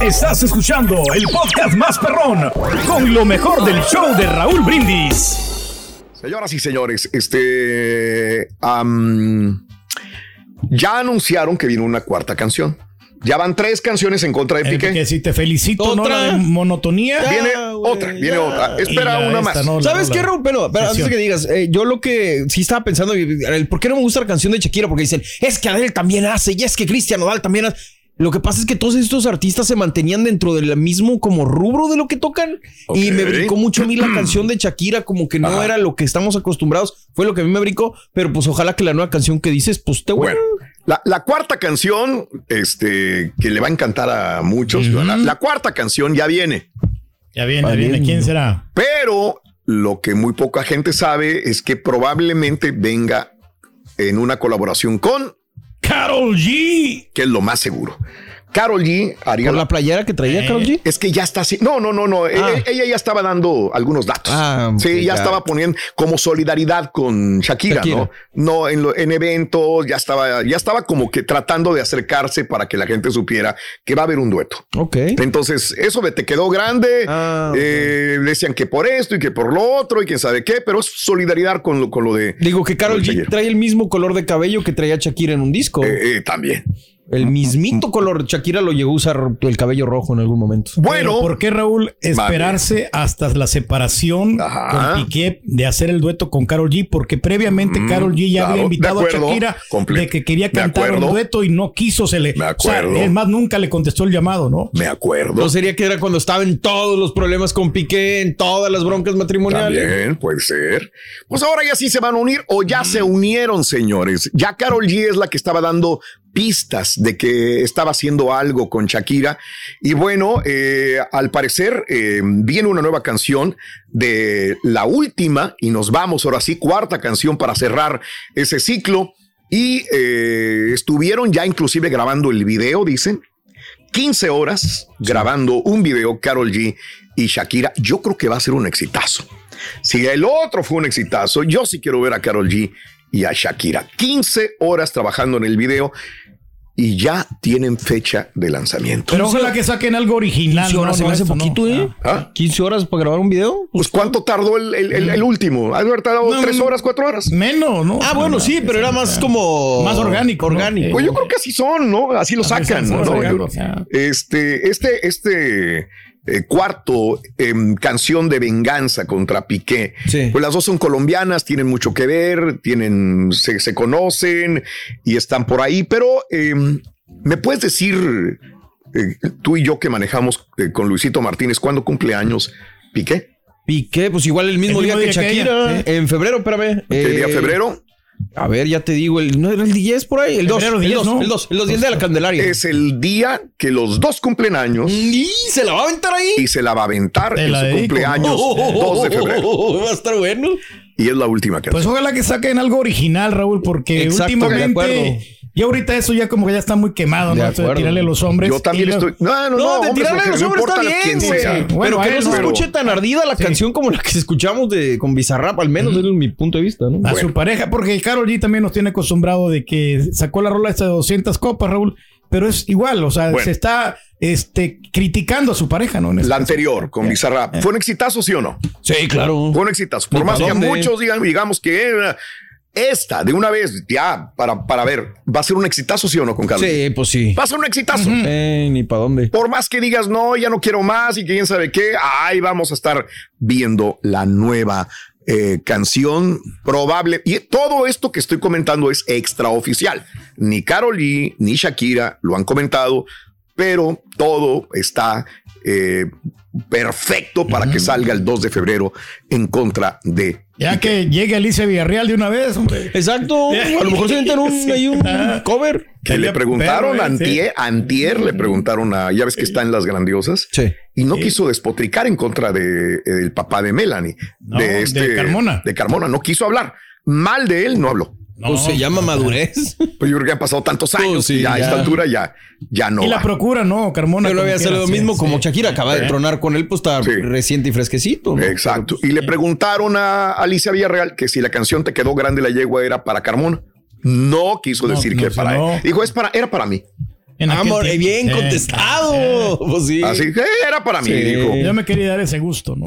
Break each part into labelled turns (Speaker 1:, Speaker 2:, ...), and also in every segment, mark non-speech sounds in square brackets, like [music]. Speaker 1: Estás escuchando el podcast más perrón con lo mejor del show de Raúl Brindis.
Speaker 2: Señoras y señores, este. am, ya anunciaron que viene una cuarta canción. Ya van tres canciones en contra de
Speaker 1: El
Speaker 2: Piqué.
Speaker 1: que Eh, si te felicito, ¿no?
Speaker 3: ¿Otra?
Speaker 1: La de monotonía.
Speaker 3: Ya,
Speaker 2: Viene
Speaker 3: güey,
Speaker 2: otra, viene
Speaker 3: ya.
Speaker 2: otra. Espera
Speaker 1: Y la
Speaker 2: una
Speaker 1: esta,
Speaker 2: más.
Speaker 1: ¿no? La
Speaker 3: ¿Sabes
Speaker 1: rola.
Speaker 3: qué, Raúl? Pero, pero antes
Speaker 1: Sesión.
Speaker 3: de que digas, eh, yo lo que sí estaba pensando, y- el ¿por qué no me gusta la canción de Shakira? Porque dicen, es que Adele también hace, y es que Cristian Nodal también hace. Lo que pasa es que todos estos artistas se mantenían dentro del mismo como rubro de lo que tocan. Y
Speaker 2: Ok.
Speaker 3: me brincó mucho a mí la canción de Shakira, como que no
Speaker 2: Ajá.
Speaker 3: era lo que estamos acostumbrados. Fue lo que a mí me brincó, pero pues ojalá que la nueva canción que dices, pues te
Speaker 2: Bueno,
Speaker 3: bueno.
Speaker 2: la, la cuarta canción, este, que le va a encantar a muchos. la, la cuarta canción ya viene,
Speaker 1: Ya viene,
Speaker 3: Va
Speaker 1: ya viene.
Speaker 3: bien,
Speaker 1: ¿Quién
Speaker 3: niño.
Speaker 1: será?
Speaker 2: pero lo que muy poca gente sabe es que probablemente venga en una colaboración con,
Speaker 1: Carol G.
Speaker 2: que es lo más seguro. Carol G haría
Speaker 3: Por
Speaker 2: la-
Speaker 3: la playera que traía
Speaker 1: Eh.
Speaker 3: Karol G.
Speaker 2: Es que ya está así. No, no, no, no. E-
Speaker 3: Ah.
Speaker 2: Ella ya estaba dando algunos datos.
Speaker 3: Ah,
Speaker 2: sí,
Speaker 3: ok,
Speaker 2: ya
Speaker 3: ya.
Speaker 2: estaba poniendo como solidaridad con Shakira,
Speaker 3: Shakira.
Speaker 2: ¿no? No, en, lo- en eventos, ya estaba, ya estaba como que tratando de acercarse para que la gente supiera que va a haber un dueto.
Speaker 3: Ok.
Speaker 2: Entonces, eso de te quedó grande.
Speaker 3: Ah,
Speaker 2: eh, decían que por esto y que por lo otro y quién sabe qué, pero es solidaridad con lo, con lo de
Speaker 3: Digo que Karol G
Speaker 2: Shakira.
Speaker 3: trae el mismo color de cabello que traía Shakira en un disco.
Speaker 2: eh, eh, también.
Speaker 1: Ah,
Speaker 3: El mismito color. Shakira lo llegó a usar el cabello rojo en algún momento.
Speaker 2: Bueno,
Speaker 1: Pero, ¿por qué, Raúl, esperarse hasta la separación
Speaker 2: Ajá.
Speaker 1: con Piqué de hacer el dueto con Carol G? Porque previamente
Speaker 2: Mm,
Speaker 1: Carol G ya
Speaker 2: claro,
Speaker 1: había
Speaker 2: de
Speaker 1: invitado
Speaker 2: acuerdo,
Speaker 1: a Shakira
Speaker 2: comple-
Speaker 1: de que quería
Speaker 2: de
Speaker 1: cantar un
Speaker 2: acuerdo.
Speaker 1: dueto y no quiso. Se le.
Speaker 2: De acuerdo.
Speaker 1: O sea, es más, nunca le contestó el llamado, ¿no?
Speaker 2: me acuerdo.
Speaker 3: ¿No sería que era cuando estaba en todos los problemas con Piqué, en todas las broncas matrimoniales?
Speaker 2: También puede ser. Pues ahora ya sí se van a unir o ya se unieron, señores. Ya Carol G es la que estaba dando pistas de que estaba haciendo algo con Shakira. Y bueno, eh, al parecer eh, viene una nueva canción de la última y nos vamos ahora sí, cuarta canción para cerrar ese ciclo. Y eh, estuvieron ya inclusive grabando el video, dicen. 15 horas grabando un video Carol G y Shakira. Yo creo que va a ser un exitazo. Si el otro fue un exitazo, yo sí quiero ver a Carol G y a Shakira. 15 horas trabajando en el video y ya tienen fecha de lanzamiento.
Speaker 1: Pero ojalá que saquen algo original.
Speaker 3: 15 horas se me hace
Speaker 1: Esto,
Speaker 3: poquito, ¿eh?
Speaker 2: Ah.
Speaker 3: 15 horas para grabar un video.
Speaker 2: Pues cuánto tardó el, el- el- el último? ¿Ha de haber tardado
Speaker 1: Mm. No,
Speaker 2: tres
Speaker 1: no.
Speaker 2: horas, cuatro horas?
Speaker 1: Menos, ¿no?
Speaker 3: Ah, bueno, sí, pero era más como.
Speaker 1: Más orgánico, ¿no?
Speaker 3: Orgánico.
Speaker 2: Pues yo creo que así son, ¿no? Así lo
Speaker 1: Así
Speaker 2: sacan.
Speaker 1: son,
Speaker 2: ¿no?
Speaker 1: son
Speaker 2: Yo-
Speaker 1: regalos, ya.
Speaker 2: Este, este, este eh, cuarto em, canción de venganza contra Piqué.
Speaker 3: Sí.
Speaker 2: Pues las dos son colombianas, tienen mucho que ver, tienen, se, se conocen y están por ahí. Pero em, me puedes decir, eh, tú y yo que manejamos eh, con Luisito Martínez, ¿cuándo cumple años Piqué?
Speaker 3: Piqué, pues igual el mismo
Speaker 1: El
Speaker 3: día
Speaker 1: mismo
Speaker 3: que
Speaker 1: día que
Speaker 3: Shakira.
Speaker 1: ella, sí.
Speaker 3: En febrero, espérame.
Speaker 2: ¿El día de
Speaker 3: Eh,
Speaker 2: febrero?
Speaker 3: A ver, ya te digo, el, no era el 10 por ahí, el 2.
Speaker 1: Febrero
Speaker 3: el
Speaker 1: 10,
Speaker 3: 2,
Speaker 1: ¿no?
Speaker 3: el 2, el 2, el de la Candelaria. Mm,
Speaker 2: Es el día que los dos cumplen años
Speaker 3: Y se la va a aventar ahí.
Speaker 2: y se la va a aventar
Speaker 1: Te
Speaker 2: en
Speaker 1: la
Speaker 2: su
Speaker 1: dedico,
Speaker 3: [laughs]
Speaker 2: cumpleaños
Speaker 3: Oh, oh, oh,
Speaker 2: 2 de
Speaker 3: oh,
Speaker 2: febrero.
Speaker 3: oh, oh, [laughs] va a estar bueno.
Speaker 2: Y es la última canción.
Speaker 1: Pues ojalá que saquen algo original, Raúl, porque
Speaker 3: Exacto, de acuerdo.
Speaker 1: últimamente. Y ahorita eso ya como que ya está muy quemado,
Speaker 3: De
Speaker 1: ¿no? Eso de
Speaker 3: acuerdo.
Speaker 1: tirarle a los hombres.
Speaker 2: Yo también
Speaker 1: Y luego-
Speaker 2: estoy. No, no, no.
Speaker 3: pues, No, de
Speaker 2: hombres,
Speaker 3: tirarle a
Speaker 2: mujeres,
Speaker 3: los
Speaker 2: no
Speaker 3: hombres está
Speaker 2: importa
Speaker 3: bien,
Speaker 2: quién
Speaker 3: güey.
Speaker 2: sea.
Speaker 1: Bueno,
Speaker 3: pero que no se
Speaker 1: pero-
Speaker 3: escuche tan ardida la canción como la que escuchamos de, con Bizarrap, al menos Ah, desde mi punto de vista, ¿no?
Speaker 1: A
Speaker 2: Bueno.
Speaker 1: su pareja, porque Carol G también nos tiene acostumbrado de que sacó la rola esta de 200 copas, Raúl, pero es igual, o sea,
Speaker 2: Bueno.
Speaker 1: se está este, criticando a su pareja, ¿no? En este
Speaker 2: La
Speaker 1: caso.
Speaker 2: anterior con Bizarrap. ¿Fue un exitazo, sí o no?
Speaker 3: Sí, claro.
Speaker 2: Fue un exitazo. Por
Speaker 3: ¿Y
Speaker 2: más
Speaker 3: para
Speaker 2: que
Speaker 3: dónde?
Speaker 2: muchos digan, digamos que eh, esta, de una vez, ya, para, para ver, ¿va a ser un exitazo, sí o no, con Carlos?
Speaker 3: Sí, pues sí.
Speaker 2: Va a ser un exitazo.
Speaker 3: Eh, ni para dónde.
Speaker 2: Por más que digas, no, ya no quiero más y que quién sabe qué, ahí vamos a estar viendo la nueva eh, canción probable. Y todo esto que estoy comentando es extraoficial. Ni Carol G, ni Shakira lo han comentado, pero todo está eh, perfecto para que salga el 2 de febrero en contra de.
Speaker 1: Ya que llegue Alicia Villarreal de una vez, hombre.
Speaker 3: [laughs] Exacto. A lo mejor se inventan un, hay un cover.
Speaker 2: Que le
Speaker 1: Estaría
Speaker 2: preguntaron
Speaker 1: perro,
Speaker 2: a
Speaker 1: eh, sí.
Speaker 2: Antier, antier le preguntaron a, ya ves que está en las grandiosas.
Speaker 3: Sí.
Speaker 2: y no quiso despotricar en contra de eh, del papá de Melanie,
Speaker 1: No,
Speaker 2: de este
Speaker 1: de Carmona.
Speaker 2: de Carmona, no quiso hablar. Mal de él no habló.
Speaker 1: No,
Speaker 3: pues se llama madurez.
Speaker 2: Pero yo creo que han pasado tantos años
Speaker 3: Pues sí,
Speaker 2: y ya a
Speaker 3: ya.
Speaker 2: esta altura ya, ya no.
Speaker 1: Y la
Speaker 2: va.
Speaker 1: procura, no, Carmona.
Speaker 3: Yo lo había
Speaker 1: como
Speaker 3: hecho
Speaker 1: quiera,
Speaker 3: lo
Speaker 1: sí,
Speaker 3: mismo
Speaker 1: sí.
Speaker 3: como Shakira. Acaba de tronar con él, pues está
Speaker 2: Sí.
Speaker 3: reciente y fresquecito. ¿no?
Speaker 2: Exacto. Y
Speaker 3: eh,
Speaker 2: le preguntaron a Alicia Villarreal que si la canción te quedó grande la yegua era para Carmona. No quiso
Speaker 1: No,
Speaker 2: decir
Speaker 1: no,
Speaker 2: que
Speaker 1: sí,
Speaker 2: para
Speaker 1: no.
Speaker 2: él. Dijo, es para, era para mí.
Speaker 1: en aquel
Speaker 3: Amor,
Speaker 1: tiempo.
Speaker 3: bien
Speaker 1: Eh,
Speaker 3: contestado. Pues sí.
Speaker 2: Así que era para mí,
Speaker 3: Sí.
Speaker 2: dijo.
Speaker 1: Yo me quería dar ese gusto, ¿no?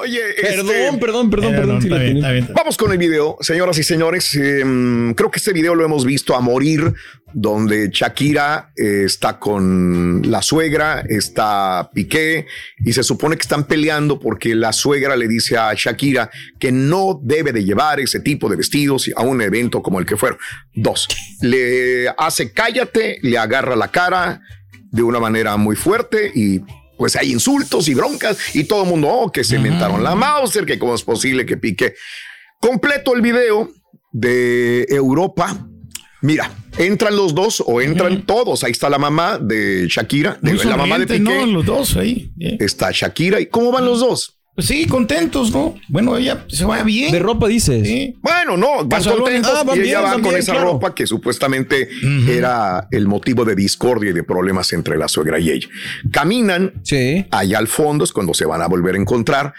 Speaker 2: Oye, este,
Speaker 3: Perdón, perdón, perdón,
Speaker 1: Eh,
Speaker 3: perdón.
Speaker 1: no,
Speaker 3: sí
Speaker 1: está
Speaker 3: la
Speaker 1: bien,
Speaker 3: tenía.
Speaker 1: está bien, está bien.
Speaker 2: Vamos con el video, señoras y señores. Em, creo que este video lo hemos visto a morir, donde Shakira eh, está con la suegra, está Piqué, y se supone que están peleando porque la suegra le dice a Shakira que no debe de llevar ese tipo de vestidos a un evento como el que fueron. Dos, le hace cállate, le agarra la cara de una manera muy fuerte y pues hay insultos y broncas y todo el mundo, oh, que se inventaron la Mauser, que cómo es posible que Piqué completo el video de Europa. Mira, entran los dos o entran todos. Ahí está la mamá de Shakira, de-
Speaker 1: Muy
Speaker 2: la mamá de Piqué.
Speaker 1: sonriente, ¿no? Los dos ahí. eh.
Speaker 2: Está Shakira. ¿Y cómo van los dos?
Speaker 1: Pues sí, contentos, ¿no? Bueno, ella se va bien.
Speaker 3: De ropa dices.
Speaker 1: sí.
Speaker 2: Bueno, no, van
Speaker 1: Pantalones.
Speaker 2: contentos
Speaker 3: Ah, van
Speaker 2: y
Speaker 3: bien,
Speaker 2: ella va
Speaker 3: van
Speaker 2: con
Speaker 3: bien,
Speaker 2: esa
Speaker 3: claro.
Speaker 2: ropa que supuestamente era el motivo de discordia y de problemas entre la suegra y ella. Caminan
Speaker 3: Sí.
Speaker 2: allá al fondo, es cuando se van a volver a encontrar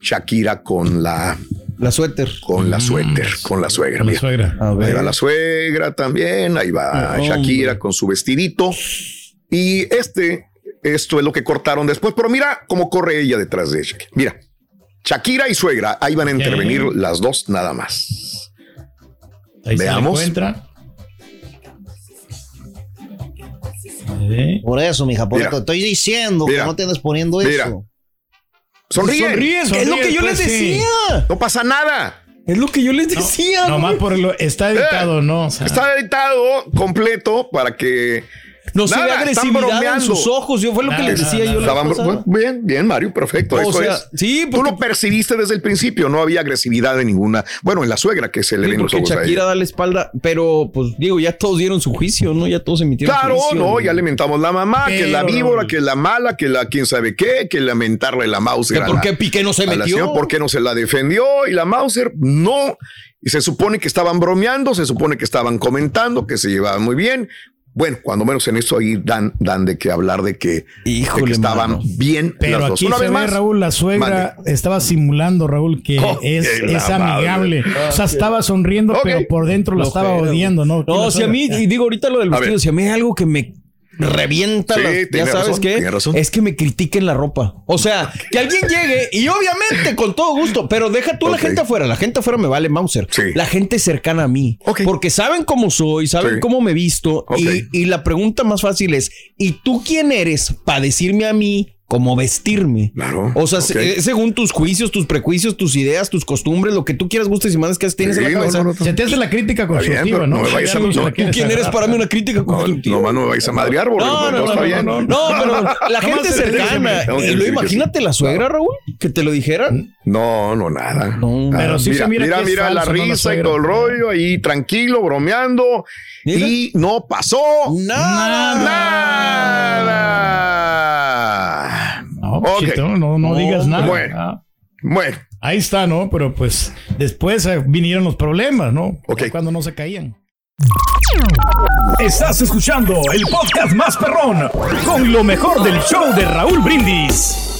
Speaker 2: Shakira con la,
Speaker 3: La suéter.
Speaker 2: con la suéter, con la suegra.
Speaker 1: Con la
Speaker 2: mira.
Speaker 1: suegra.
Speaker 3: A
Speaker 2: Ahí va
Speaker 3: ver.
Speaker 2: la suegra también, ahí va
Speaker 3: Ah,
Speaker 2: Shakira
Speaker 3: hombre.
Speaker 2: con su vestidito. Y este, esto es lo que cortaron después, pero mira cómo corre ella detrás de Shakira. Mira, Shakira y suegra, ahí van a intervenir las dos nada más.
Speaker 1: Ahí se la
Speaker 2: Veamos.
Speaker 1: encuentra. Eh,
Speaker 4: Por eso, mija, por
Speaker 2: Mira.
Speaker 4: eso te estoy diciendo
Speaker 2: Mira.
Speaker 4: que no te andes poniendo
Speaker 2: Mira.
Speaker 4: eso.
Speaker 2: Sonríe,
Speaker 3: Sonríen, que es lo que yo
Speaker 1: Sonríen,
Speaker 3: les
Speaker 1: pues, sí.
Speaker 3: decía.
Speaker 2: no pasa nada.
Speaker 3: Es lo que yo les decía.
Speaker 1: Nomás
Speaker 3: güey.
Speaker 1: por lo. Está editado, ¿no? O sea,
Speaker 2: Eh, Está editado completo para que este,
Speaker 3: no se ve
Speaker 2: Nada, están
Speaker 3: agresividad en
Speaker 2: bromeando.
Speaker 3: sus ojos. Yo fue lo que
Speaker 1: Nada,
Speaker 3: les decía
Speaker 1: nada,
Speaker 3: yo. la
Speaker 2: estaban-
Speaker 3: vez pasada.
Speaker 2: bien, bien, Mario, perfecto.
Speaker 3: O
Speaker 2: eso
Speaker 3: sea,
Speaker 2: es.
Speaker 3: sí,
Speaker 2: pues, Tú
Speaker 3: porque-
Speaker 2: lo percibiste desde el principio, no había agresividad de ninguna. Bueno, en la suegra que se le
Speaker 3: Sí,
Speaker 2: ven los
Speaker 3: porque
Speaker 2: ojos a ella.
Speaker 3: Shakira da la espalda, pero pues digo, ya todos dieron su juicio, ¿no? Ya todos emitieron
Speaker 2: Claro,
Speaker 3: su juicio.
Speaker 2: no,
Speaker 3: güey.
Speaker 2: ya alimentamos la mamá, que es la
Speaker 1: Pero-
Speaker 2: víbora, que es la mala, que la quién sabe qué, que lamentarle la Mauser.
Speaker 3: ¿Que
Speaker 2: a
Speaker 3: ¿Por
Speaker 2: la-
Speaker 3: qué Piqué no se
Speaker 2: a la señora,
Speaker 3: metió?
Speaker 2: ¿Por qué no se la defendió? Y la Mauser, no. Y se supone que estaban bromeando, se supone que estaban comentando, que se llevaban muy bien. Bueno, cuando menos en eso ahí dan, dan de que hablar de que, de que
Speaker 3: Híjole,
Speaker 2: estaban
Speaker 3: mano.
Speaker 2: bien
Speaker 1: Pero
Speaker 2: las dos.
Speaker 1: aquí
Speaker 2: Una
Speaker 1: se
Speaker 2: vez
Speaker 1: ve,
Speaker 2: más,
Speaker 1: Raúl, la suegra estaba simulando, Raúl, que
Speaker 2: Oh,
Speaker 1: es,
Speaker 2: qué
Speaker 1: es
Speaker 2: la madre.
Speaker 1: amigable. O sea, estaba sonriendo,
Speaker 2: Ok.
Speaker 1: pero por dentro la estaba
Speaker 3: Flojera,
Speaker 1: odiando, ¿no? Aquí
Speaker 3: No,
Speaker 1: la
Speaker 3: si a
Speaker 1: suegra-
Speaker 3: mí, y digo ahorita lo del
Speaker 2: A
Speaker 3: vestido,
Speaker 2: ver.
Speaker 3: si a mí hay algo que me revienta,
Speaker 2: Sí,
Speaker 3: las- ya
Speaker 2: tiene
Speaker 3: sabes
Speaker 2: razón,
Speaker 3: qué,
Speaker 2: tiene razón.
Speaker 3: es que me critiquen la ropa. O sea, que alguien llegue y obviamente con todo gusto, pero deja tú
Speaker 2: Ok.
Speaker 3: la gente afuera, la gente afuera me vale Mauser,
Speaker 2: Sí.
Speaker 3: la gente cercana a mí,
Speaker 2: Ok.
Speaker 3: porque saben cómo soy, saben
Speaker 2: Sí.
Speaker 3: cómo me visto y-
Speaker 2: Ok.
Speaker 3: y, la pregunta más fácil es, ¿y tú quién eres para decirme a mí cómo vestirme?
Speaker 2: Claro,
Speaker 3: O sea,
Speaker 2: ok.
Speaker 3: se- eh, según tus juicios, tus prejuicios, tus ideas, tus costumbres, lo que tú quieras, gustes y mandes que tienes
Speaker 2: Sí,
Speaker 3: en la
Speaker 2: no,
Speaker 3: cabeza.
Speaker 2: no, no, no.
Speaker 1: Se te hace la crítica
Speaker 2: bien,
Speaker 1: constructiva,
Speaker 2: pero
Speaker 1: ¿no?
Speaker 2: no me vayas a-
Speaker 1: Ya se la
Speaker 2: no,
Speaker 1: quieres
Speaker 3: ¿Quién eres
Speaker 1: agarrar.
Speaker 3: para mí una crítica constructiva?
Speaker 2: No, no, no vais a madrear, porque
Speaker 3: No, no,
Speaker 2: no,
Speaker 3: no,
Speaker 2: está
Speaker 3: no,
Speaker 2: bien.
Speaker 1: no,
Speaker 3: No, pero la gente
Speaker 1: Nomás se le
Speaker 3: cercana.
Speaker 1: dice,
Speaker 2: mira,
Speaker 3: Y
Speaker 2: tengo
Speaker 3: lo
Speaker 2: que
Speaker 3: imagínate la suegra, Raúl, que te lo dijeran.
Speaker 2: No, no, nada.
Speaker 3: No,
Speaker 2: Nada.
Speaker 1: pero sí
Speaker 2: mira,
Speaker 1: se mira
Speaker 2: mira,
Speaker 1: que es
Speaker 2: mira la
Speaker 1: falso, ¿no? La
Speaker 2: risa y
Speaker 1: suegra.
Speaker 2: todo el rollo ahí tranquilo, bromeando.
Speaker 3: Mira.
Speaker 2: Y no pasó nada.
Speaker 1: No,
Speaker 2: Ok.
Speaker 1: Chito, no, no
Speaker 3: No,
Speaker 1: digas nada.
Speaker 2: bueno.
Speaker 1: Ah,
Speaker 2: Bueno,
Speaker 1: Ahí está, ¿no? Pero pues después eh, vinieron los problemas, ¿no?
Speaker 2: Ok.
Speaker 1: Ya Cuando no se caían.
Speaker 5: Estás escuchando el podcast más perrón con lo mejor del show de Raúl Brindis.